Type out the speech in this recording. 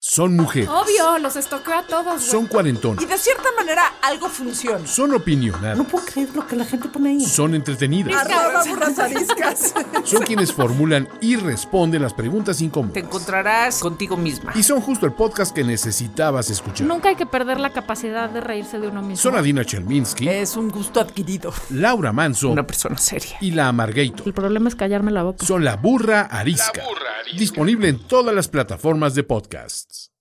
Son mujeres. Obvio, los estoqueó a todos, güey. Son cuarentonas. Y de cierta manera algo funciona. Son opinionadas. No puedo creer lo que la gente pone ahí. Son entretenidas. Arroba burras ariscas. Son quienes formulan y responden las preguntas Te incómodas. encontrarás contigo misma. Y son justo el podcast que necesitabas escuchar. Nunca hay que perder la capacidad de reírse de uno mismo. Son Adina Chelminsky, es un gusto adquirido. Laura Manso Eh, Una persona seria. y la Amargator. El problema es callarme la boca. Son la burra arisca. Disponible en todas las plataformas de podcasts.